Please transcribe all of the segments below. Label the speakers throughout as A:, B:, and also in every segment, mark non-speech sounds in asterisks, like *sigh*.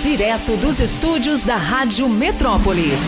A: Direto dos estúdios da Rádio Metrópolis.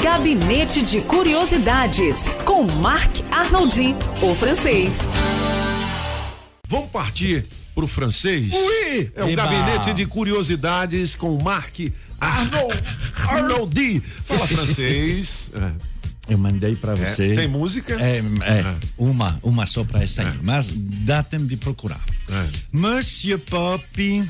A: Gabinete de Curiosidades, com Marc Arnoldi, o francês.
B: Vamos partir pro francês?
C: Oui!
B: É o
D: Eba!
B: Gabinete de Curiosidades com o Marc Arnold. Arnoldi. Fala francês. É,
D: Eu mandei para
B: é.
D: você.
B: Tem música?
D: É, é, uma, uma só para essa aí. Mas dá tempo de procurar.
B: É.
D: Monsieur Pop,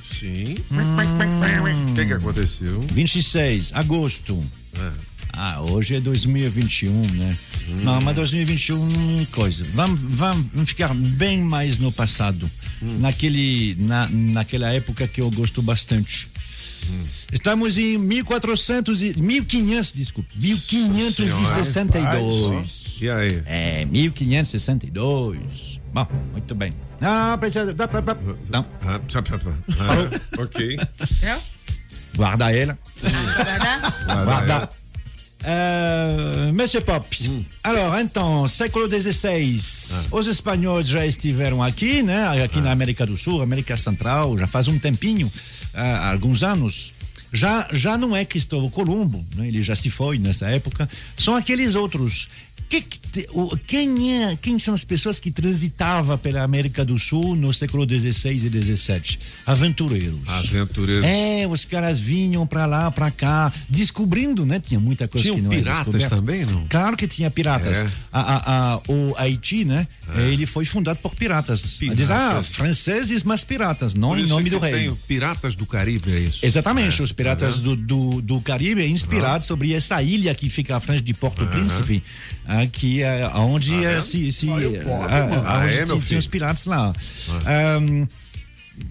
B: Sim. O que que aconteceu?
D: 26, agosto.
B: É.
D: Ah, hoje é 2021, né?
B: Hum.
D: Não, mas 2021 coisa. Vamos, vamos vamos ficar bem mais no passado.
B: Hum.
D: Naquele, na, naquela época que eu gosto bastante.
B: Hum.
D: Estamos em 1400 e 1500, desculpe, 1562.
B: E aí?
D: É, 1562. Bom, muito bem. Ah, precisa. dá pra- pra- Não,
B: Ah, psa, psa, psa. Ah, ok.
D: guarda ela.
B: Guarda.
D: Euh, Monsieur Pop, alors, então, século XVI, os espanhóis já estiveram aqui, né? Aqui na América do Sul, América Central, já faz um tempinho, ah, alguns anos. Já, já não é Cristóvão Colombo, né? ele já se foi nessa época. São aqueles outros. Que que te- o- quem, é- quem são as pessoas que transitavam pela América do Sul no século XVI e XVII? Aventureiros.
B: Ah, Aventureiros.
D: É, os caras vinham pra lá, pra cá, descobrindo, né? Tinha muita coisa
B: Tinham
D: que não era
B: piratas
D: descoberta.
B: também, não?
D: Claro que tinha piratas.
B: É.
D: A- a- a- o Haiti, né? Ele foi fundado por piratas.
B: Piratas.
D: Diz, ah, franceses, mas piratas, não
B: Por
D: em
B: isso
D: nome
B: que
D: do
B: tem
D: rei.
B: o Piratas do Caribe, é isso?
D: Exatamente,
B: É.
D: os piratas do, do, do Caribe é inspirado sobre essa ilha que fica à frente de Porto Príncipe, ah, que é onde eh, se, se
C: Olha o Porto,
D: ah,
C: mano.
D: ah,
B: Ah,
D: onde
B: é, meu
D: tinha-
B: filho? Ah.
D: tinha os piratas lá. Ahm,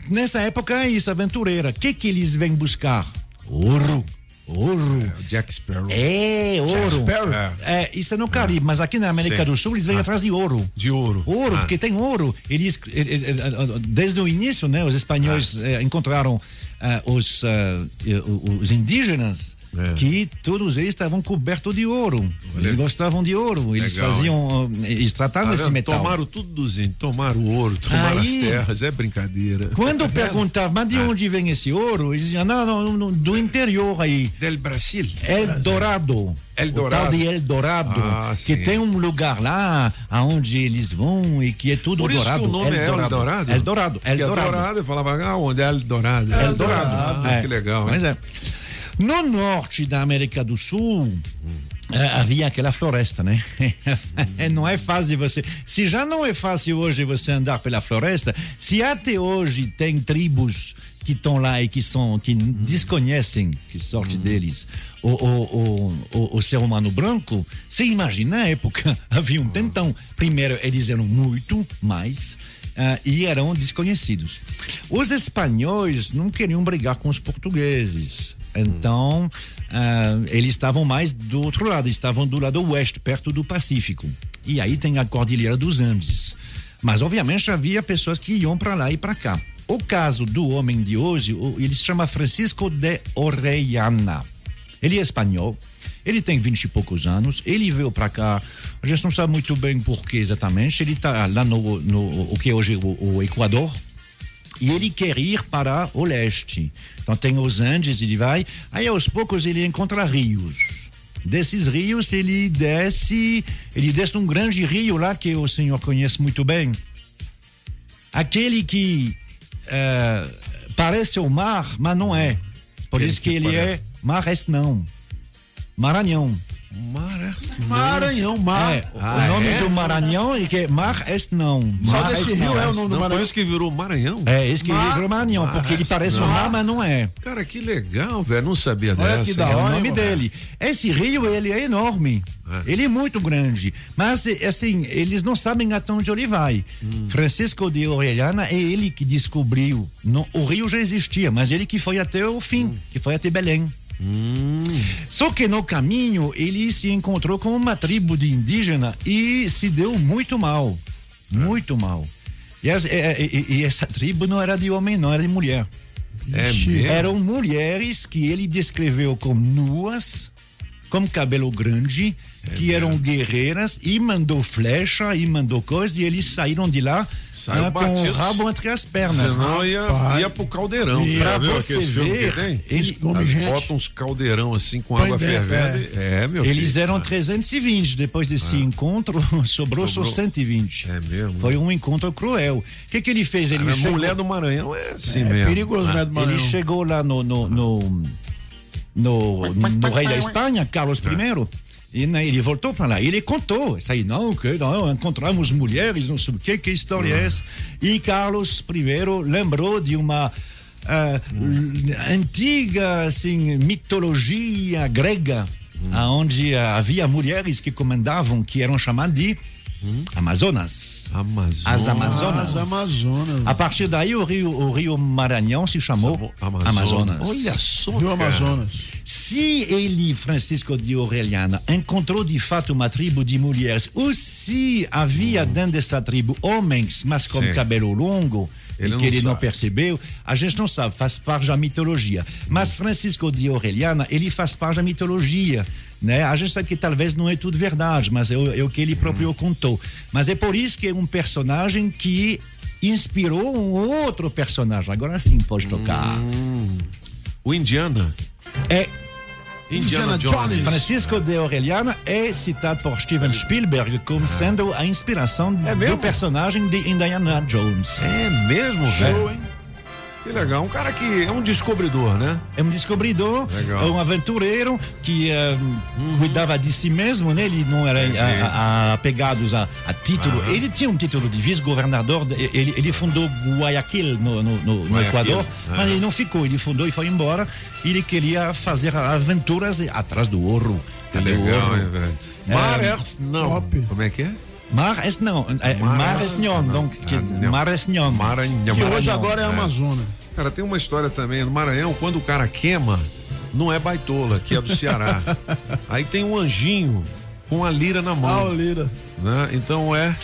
D: nessa época é isso, aventureira. O que que eles vêm buscar? Ouro, ouro.
B: É o Jack Sparrow.
D: É, ouro.
C: Sparrow.
D: É, isso é no Caribe, mas aqui na América
B: Sim. Ah.
D: do Sul eles vêm atrás de ouro.
B: De ouro.
D: Ouro,
B: Ah.
D: porque tem ouro. Eles, eh, eh, eh, desde o início, né, os espanhóis eh, encontraram ah, os, ah, eh, o- os indígenas.
B: É.
D: Que todos eles estavam cobertos de ouro. Eles gostavam de ouro. Eles
B: Legal,
D: faziam. ah, Eles tratavam
B: Tá
D: esse
B: vendo?
D: metal.
B: Tomaram tudo dos índios, tomaram o ouro, tomaram
D: Aí-
B: as terras, é brincadeira.
D: Quando
B: *laughs* Tá vendo?
D: perguntavam, mas de onde vem esse ouro? Eles diziam, não, não, não, do interior aí.
B: Del Brasil.
D: El Dorado.
B: El
D: O
B: Dorado.
D: tal de El Dorado.
B: Ah,
D: que
B: sim.
D: tem um lugar lá aonde eles vão e que é tudo
B: Por isso
D: dourado.
B: que o nome é El Dorado. é
D: El Dorado. El
B: Porque
D: Dorado.
B: Eldorado, eu falava, ah, onde é El Dorado?
C: El Dorado.
B: Ah, que legal,
D: Pois
B: hein?
D: é. No norte da América do Sul, eh, havia aquela floresta, né? *laughs* não é fácil de você. Se já não é fácil hoje você andar pela floresta, se até hoje tem tribos que estão lá e que são que desconhecem que
B: Uhum.
D: sorte deles o, o, o, o, o ser humano branco você imagina a época *laughs* havia
B: Uhum.
D: um tentão primeiro eles eram muito mais ah, e eram desconhecidos. Os espanhóis não queriam brigar com os portugueses, então ah, eles estavam mais do outro lado, estavam do lado oeste, perto do Pacífico. E aí tem a Cordilheira dos Andes. Mas obviamente havia pessoas que iam para lá e para cá. O caso do homem de hoje, o- ele se chama Francisco de Orellana. Ele é espanhol, ele tem 20 e poucos anos, ele veio para cá, a gente não sabe muito bem porquê exatamente, ele está lá no, no- o que é hoje o, o Equador, e ele quer ir para o leste. Então tem os Andes, ele vai, aí aos poucos ele encontra rios. Desses rios ele desce, ele desce num grande rio lá que o senhor conhece muito bem. Aquele que eh, parece o mar, mas não é. Por
B: Aquele
D: isso que
B: que
D: ele é
B: parece.
D: mar est não. Maranhão.
B: Mara-
C: Maranhão, Mar.
D: É,
B: Ah,
D: o nome
B: é?
D: do Maranhão é que é mar est não.
C: Só
D: Mar
C: desse
D: est
C: rio
D: não.
C: é o nome do
B: Não, por
C: Maranhão.
B: isso que virou Maranhão.
D: É, esse que
C: Mar-
D: é o Maranhão, porque ele
B: est
D: parece
B: não.
D: um mar, mas não é.
B: Cara, que legal, velho. Não sabia dessa.
C: Olha que da
D: É o
C: hora.
D: nome
C: hein,
D: dele. Esse rio, ele é enorme. Ele é muito grande. Mas, eh, assim, eles não sabem até onde ele vai. Francisco de Orellana é ele que descobriu. Não, o rio já existia, mas ele que foi até o fim, que foi até Belém. Hum. Só que no caminho ele se encontrou com uma tribo de indígena e se deu muito mal. Muito mal. E essa, e- e- e essa tribo não era de homem, não era de mulher.
B: É
C: Ixi.
B: mesmo?
D: Eram mulheres que ele descreveu como nuas com cabelo grande,
B: É
D: que eram guerreiras, e mandou flecha, e mandou coisa, e eles saíram de lá
B: Saiu
D: ah, com o
B: batidos.
D: rabo entre as pernas.
B: Senão ia,
C: Rapaz.
B: ia pro caldeirão.
C: E
B: Pra
D: né? pra
B: ver
D: você
B: aqueles filmes
D: ver,
B: que tem?
D: eles
C: comem
B: Eles
C: gente.
B: botam uns caldeirão assim com
C: Põe
B: água
C: dentro,
B: fervendo. É. meu filho.
D: Eles eram 320, depois desse encontro, *laughs* sobrou, só
B: Sobrou.
D: 120.
B: É mesmo? é
D: Foi um encontro cruel. O que, que ele fez? Ele
B: A
D: chegou-
B: mulher do Maranhão é assim
C: É
B: mesmo.
C: perigoso, né, do Maranhão?
D: Ele chegou lá no no, no, no, no rei da Espanha, Carlos I, e né, ele voltou para lá. Ele contou isso aí, não, que não, encontramos mulheres, não sei o que, que história é essa. E Carlos I lembrou de uma ah, l- antiga assim, mitologia grega, onde havia mulheres que comandavam, que eram chamadas de Amazonas.
B: Amazonas.
D: As Amazonas.
C: As Amazonas.
D: A partir daí, o Rio, o Rio Maranhão se chamou
B: Amazonas.
D: Amazonas.
B: Olha só,
C: Do
B: cara.
C: Amazonas.
D: Se ele, Francisco de Aureliano, encontrou de fato uma tribo de mulheres, ou se havia dentro dessa tribo homens, mas com
B: Sim.
D: cabelo longo,
B: Ele
D: e
B: não
D: que ele não
B: sabe.
D: percebeu, a gente não sabe, faz parte da mitologia. Mas
B: Hum.
D: Francisco de Aureliano, ele faz parte da mitologia. Né? A gente sabe que talvez não é tudo verdade, mas é o, é o que
B: Hum.
D: ele próprio contou. Mas é por isso que é um personagem que inspirou um outro personagem. Agora sim pode tocar.
B: Hum. O Indiana.
D: É
B: Indiana,
C: Indiana
B: Jones.
C: Jones.
D: Francisco de Aureliano é citado por Steven Spielberg como sendo a inspiração
B: É. mesmo?
D: do personagem de Indiana Jones.
B: É mesmo,
C: Show,
B: velho.
C: hein?
B: Que legal. Um cara que é um descobridor, né?
D: É um descobridor,
B: Legal. Uhum.
D: um aventureiro que eh, cuidava de si mesmo, né? Ele não era
B: Entendi.
D: a- a- apegados a, a título.
B: Aham.
D: Ele tinha um título de vice-governador, de- ele, ele fundou Guayaquil no, no- no- no
B: Guayaquil, é.
D: Equador,
B: aham.
D: mas ele não ficou, ele fundou e foi embora. Ele queria fazer aventuras atrás do ouro.
B: Que
D: Cadê o
B: legal, é
D: ouro?
B: hein, velho.
D: É,
B: Mares, não.
C: Top.
B: Como é que é?
D: Mar es não, é,
B: Mar
D: Mar
B: es-
D: es não,
B: não,
D: donc, que,
B: ah, não.
D: Mar es não.
B: Maranhão. né?
C: Que hoje
D: Maranhão,
C: agora é Amazonas.
B: Cara, tem uma história também. No Maranhão, quando o cara queima, não é baitola, que é do
C: *laughs*
B: Ceará. Aí tem um anjinho com a lira na
C: Ah,
B: mão.
C: o Lira.
B: né? Então é.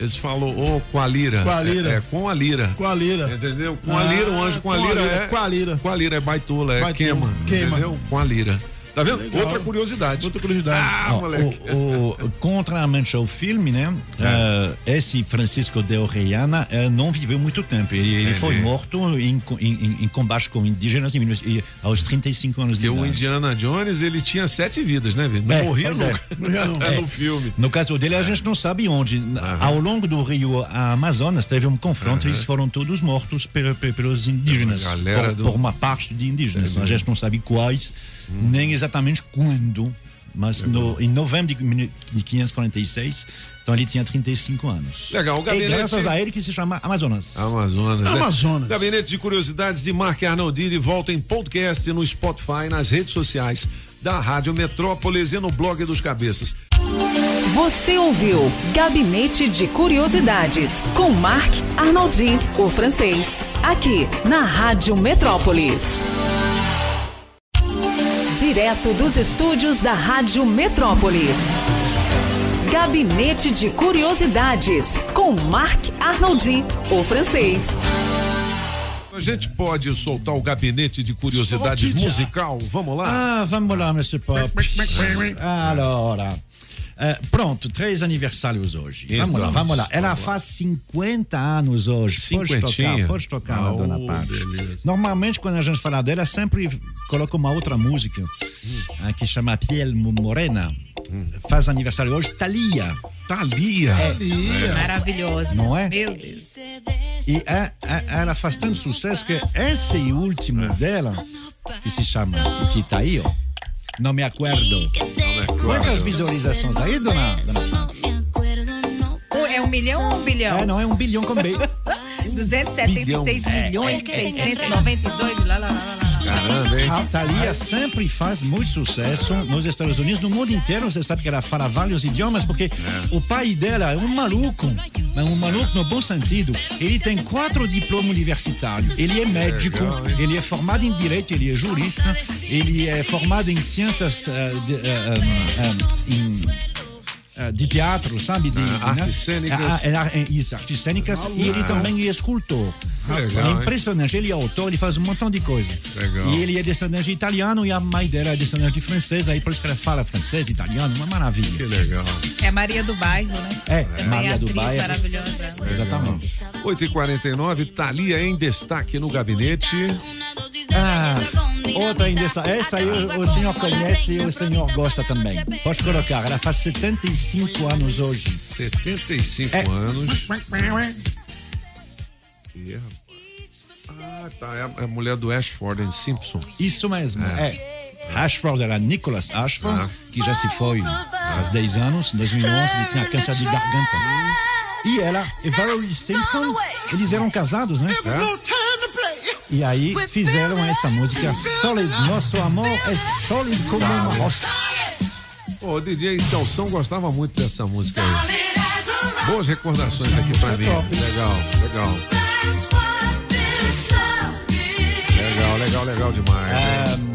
B: Eles falam, ô, com a lira.
C: Com a lira.
B: É, é, com a lira.
C: Com a Lira.
B: Entendeu? Com a lira, o anjo com a
C: Ah,
B: lira. é,
C: Com a Lira.
B: Com a lira, é baitola, é
C: Baitola,
B: queima.
C: queima.
B: Entendeu? Com a lira. Tá vendo?
C: Legal.
B: Outra curiosidade.
C: Outra curiosidade.
B: Ah,
D: Não,
B: moleque.
D: o- o- contrariamente ao filme, né? eh, esse Francisco de Orellana eh, não viveu muito tempo. Ele, ele
B: Entendi.
D: foi morto em, co- em- em- em combate com indígenas em mil- e- aos 35 anos de
B: Porque o
D: idade.
B: Indiana Jones, ele tinha sete vidas, né, Vitor? Não
D: É,
B: morria
D: pois
B: nunca. *laughs*
C: é. Não,
B: no filme. É.
D: No caso dele, a gente não sabe onde. Ao longo do rio Amazonas, teve um confronto, eles foram todos mortos pe- pe- pelos indígenas.
B: A galera
D: por,
B: do-
D: por uma parte de indígenas. A gente não sabe quais,
B: Uhum.
D: nem exatamente quando. Mas no, em novembro de 1546, então ele tinha 35 anos.
B: Legal, o
D: E
B: gabinete-
D: graças a ele que se chama Amazonas.
B: Amazonas. né?
C: Amazonas.
B: Gabinete de Curiosidades de Mark Arnoldi de volta em podcast, no Spotify, nas redes sociais da Rádio Metrópolis e no blog dos Cabeças.
A: Você ouviu Gabinete de Curiosidades com Marc Arnoldi, o francês, aqui na Rádio Metrópolis. Direto dos estúdios da Rádio Metrópolis. Gabinete de Curiosidades com Marc Arnoldi, o francês.
B: A
C: É.
B: gente pode soltar o gabinete de curiosidades
C: Solte já.
B: musical? Vamos lá?
D: Ah, vamos lá, Mr. Pop. Alors, eh, pronto, três aniversários hoje.
B: Então,
D: vamos lá, vamos lá. Ela faz 50 anos hoje.
B: Cinquentinha?
D: Pode tocar, pode tocar,
B: Ah,
D: dona
B: oh,
D: Paty.
B: beleza.
D: Normalmente, quando a gente fala dela, sempre coloca uma outra música eh, que chama Piel Morena.
B: Hum.
D: Faz aniversário hoje, Thalia.
B: Thalia.
E: Maravilhosa.
D: Não é?
E: Meu Deus.
D: E a- a- ela faz tanto sucesso que esse último dela, que se chama O que tá aí, ó. Não me acuerdo. é Quantas visualizações aí, dona? dona?
E: Um- É um milhão ou um bilhão?
D: É, não, é um bilhão com
E: *laughs*
D: B. É.
E: 276 milhões, 692, lá, lá, lá, lá, lá.
B: Caramba, hein?
D: A Thalia sempre faz muito sucesso nos Estados Unidos, no mundo inteiro. Você sabe que ela fala vários idiomas, porque o pai dela é um maluco. Mas um maluco no bom sentido. Ele tem quatro diplomas universitários. Ele é médico, ele é formado em direito, ele é jurista, ele é formado em ciências. eh, de, eh, eh, eh, em eh, de teatro, sabe? De,
B: Ah, artes cênicas. né?
D: Ah, é, é, isso, artes cênicas. e ele também é escultor.
B: Legal,
D: é
B: hein?
D: impressionante. Ele é autor, ele faz um montão de coisa.
B: Legal.
D: E ele é descendente de italiano e a mãe dela é descendente de francês. Aí por isso que ela fala francês, italiano, uma maravilha.
B: Que legal.
E: É Maria do Bairro, né?
D: É,
E: Também
D: Maria do
E: atriz
D: Bairro.
E: maravilhosa.
D: Exatamente.
B: 8h49, Thalia tá em destaque no gabinete.
D: Ah, outra ainda está. Essa aí o, o senhor conhece e o senhor gosta também. Pode colocar, ela faz 75 anos hoje.
B: 75
D: É.
B: anos. Ih, rapaz. Ah, tá. É a, é a mulher do Ashford and Simpson.
D: Isso mesmo, é. Ashford era Nicholas Ashford,
B: Ah.
D: que já se foi há 10 anos, em 2011, ele tinha câncer de garganta. E ela, e Valerie Simpson, eles eram casados, né? E aí fizeram essa música, Solid, Nosso Amor é Sólido como uma rocha.
B: Ô, DJ Salsão gostava muito dessa música aí. Boas recordações aqui
D: É
B: pra mim.
D: né?
B: Legal, legal. Legal, legal, legal demais. hein?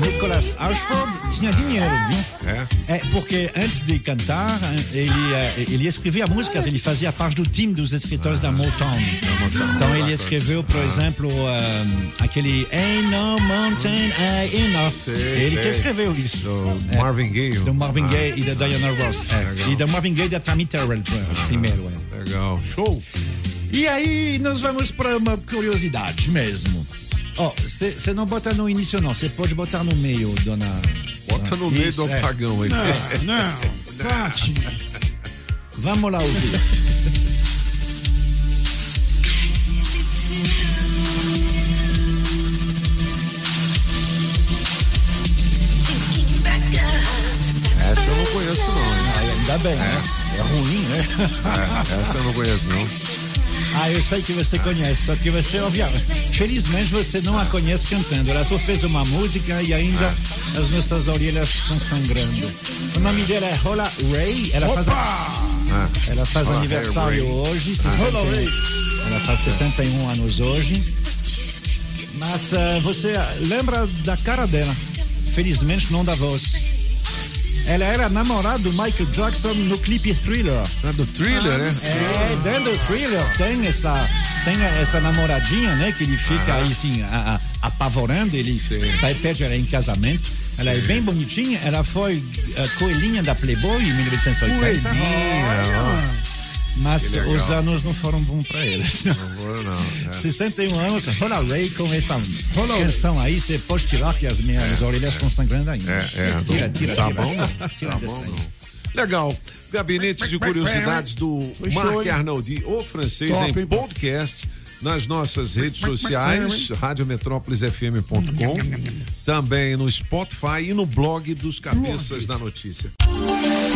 D: Nicholas Ashford tinha dinheiro, viu?
B: É.
D: É, porque antes de cantar, ele, eh, ele escrevia músicas, ele fazia parte do time dos escritores da Motown.
B: Motown.
D: Então ele escreveu, por exemplo, ah, aquele Ain't No Mountain I Enough.
B: Sei,
D: ele
B: sei.
D: que escreveu isso.
B: Do
D: É,
B: Marvin Gaye.
D: Do Marvin
B: Ah,
D: Gaye e da Diana Ross. é.
B: Legal. Ah.
D: E da Marvin Gaye e da Tammy Terrell, primeiro. é.
B: Legal. Show.
D: E aí nós vamos para uma curiosidade mesmo. Ó, você não bota no início não, você pode botar no meio, dona...
B: Bota no meio
D: Isso,
B: do
D: é.
B: apagão aí.
C: Ah, não, Tati.
D: Vamos lá ouvir.
B: *laughs* Essa eu não conheço, não. hein?
D: Aí, ainda bem, né? É ruim, né?
B: Essa eu não conheço, não.
D: *laughs* Ah, eu sei que você conhece, só que você, obviamente, felizmente você não a conhece cantando. Ela só fez uma música e ainda as nossas orelhas estão sangrando. O nome dela é Rola Ray. Ela faz, Ah. ela faz
B: Rola
D: aniversário
B: Ray.
D: hoje. 61 Ela faz 61 anos hoje. Mas eh, você lembra da cara dela? Felizmente não da voz. Ela era namorada do Michael Jackson no clipe Thriller.
B: É do thriller, né?
D: É, dentro do thriller tem essa, tem essa namoradinha, né? Que ele
B: Ah.
D: fica aí assim, a- a- apavorando. Ele sai, pede ela em casamento. Ela é bem bonitinha. Ela foi eh, coelhinha da Playboy em 1980. Mas
B: Que legal.
D: os anos não foram bons pra ela.
B: Agora
D: *laughs*
B: não. é.
D: 61 anos, Rola Ray com essa canção aí, você pode tirar que as minhas orelhas estão sangrando ainda.
B: É, é.
D: Tira, tira,
B: tá
D: tira.
B: Bom, não? Tá bom, não. Legal. Gabinete de curiosidades do
C: show,
B: Marc
C: hein?
B: Arnoldi, o francês,
C: Top,
B: em
C: hein?
B: podcast, nas nossas redes sociais, radiometrópolisfm.com, também no Spotify e no blog dos Cabeças da Notícia.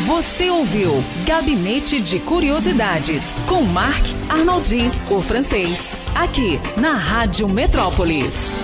A: Você ouviu Gabinete de Curiosidades com Marc Arnoldi, o francês, aqui na Rádio Metrópolis.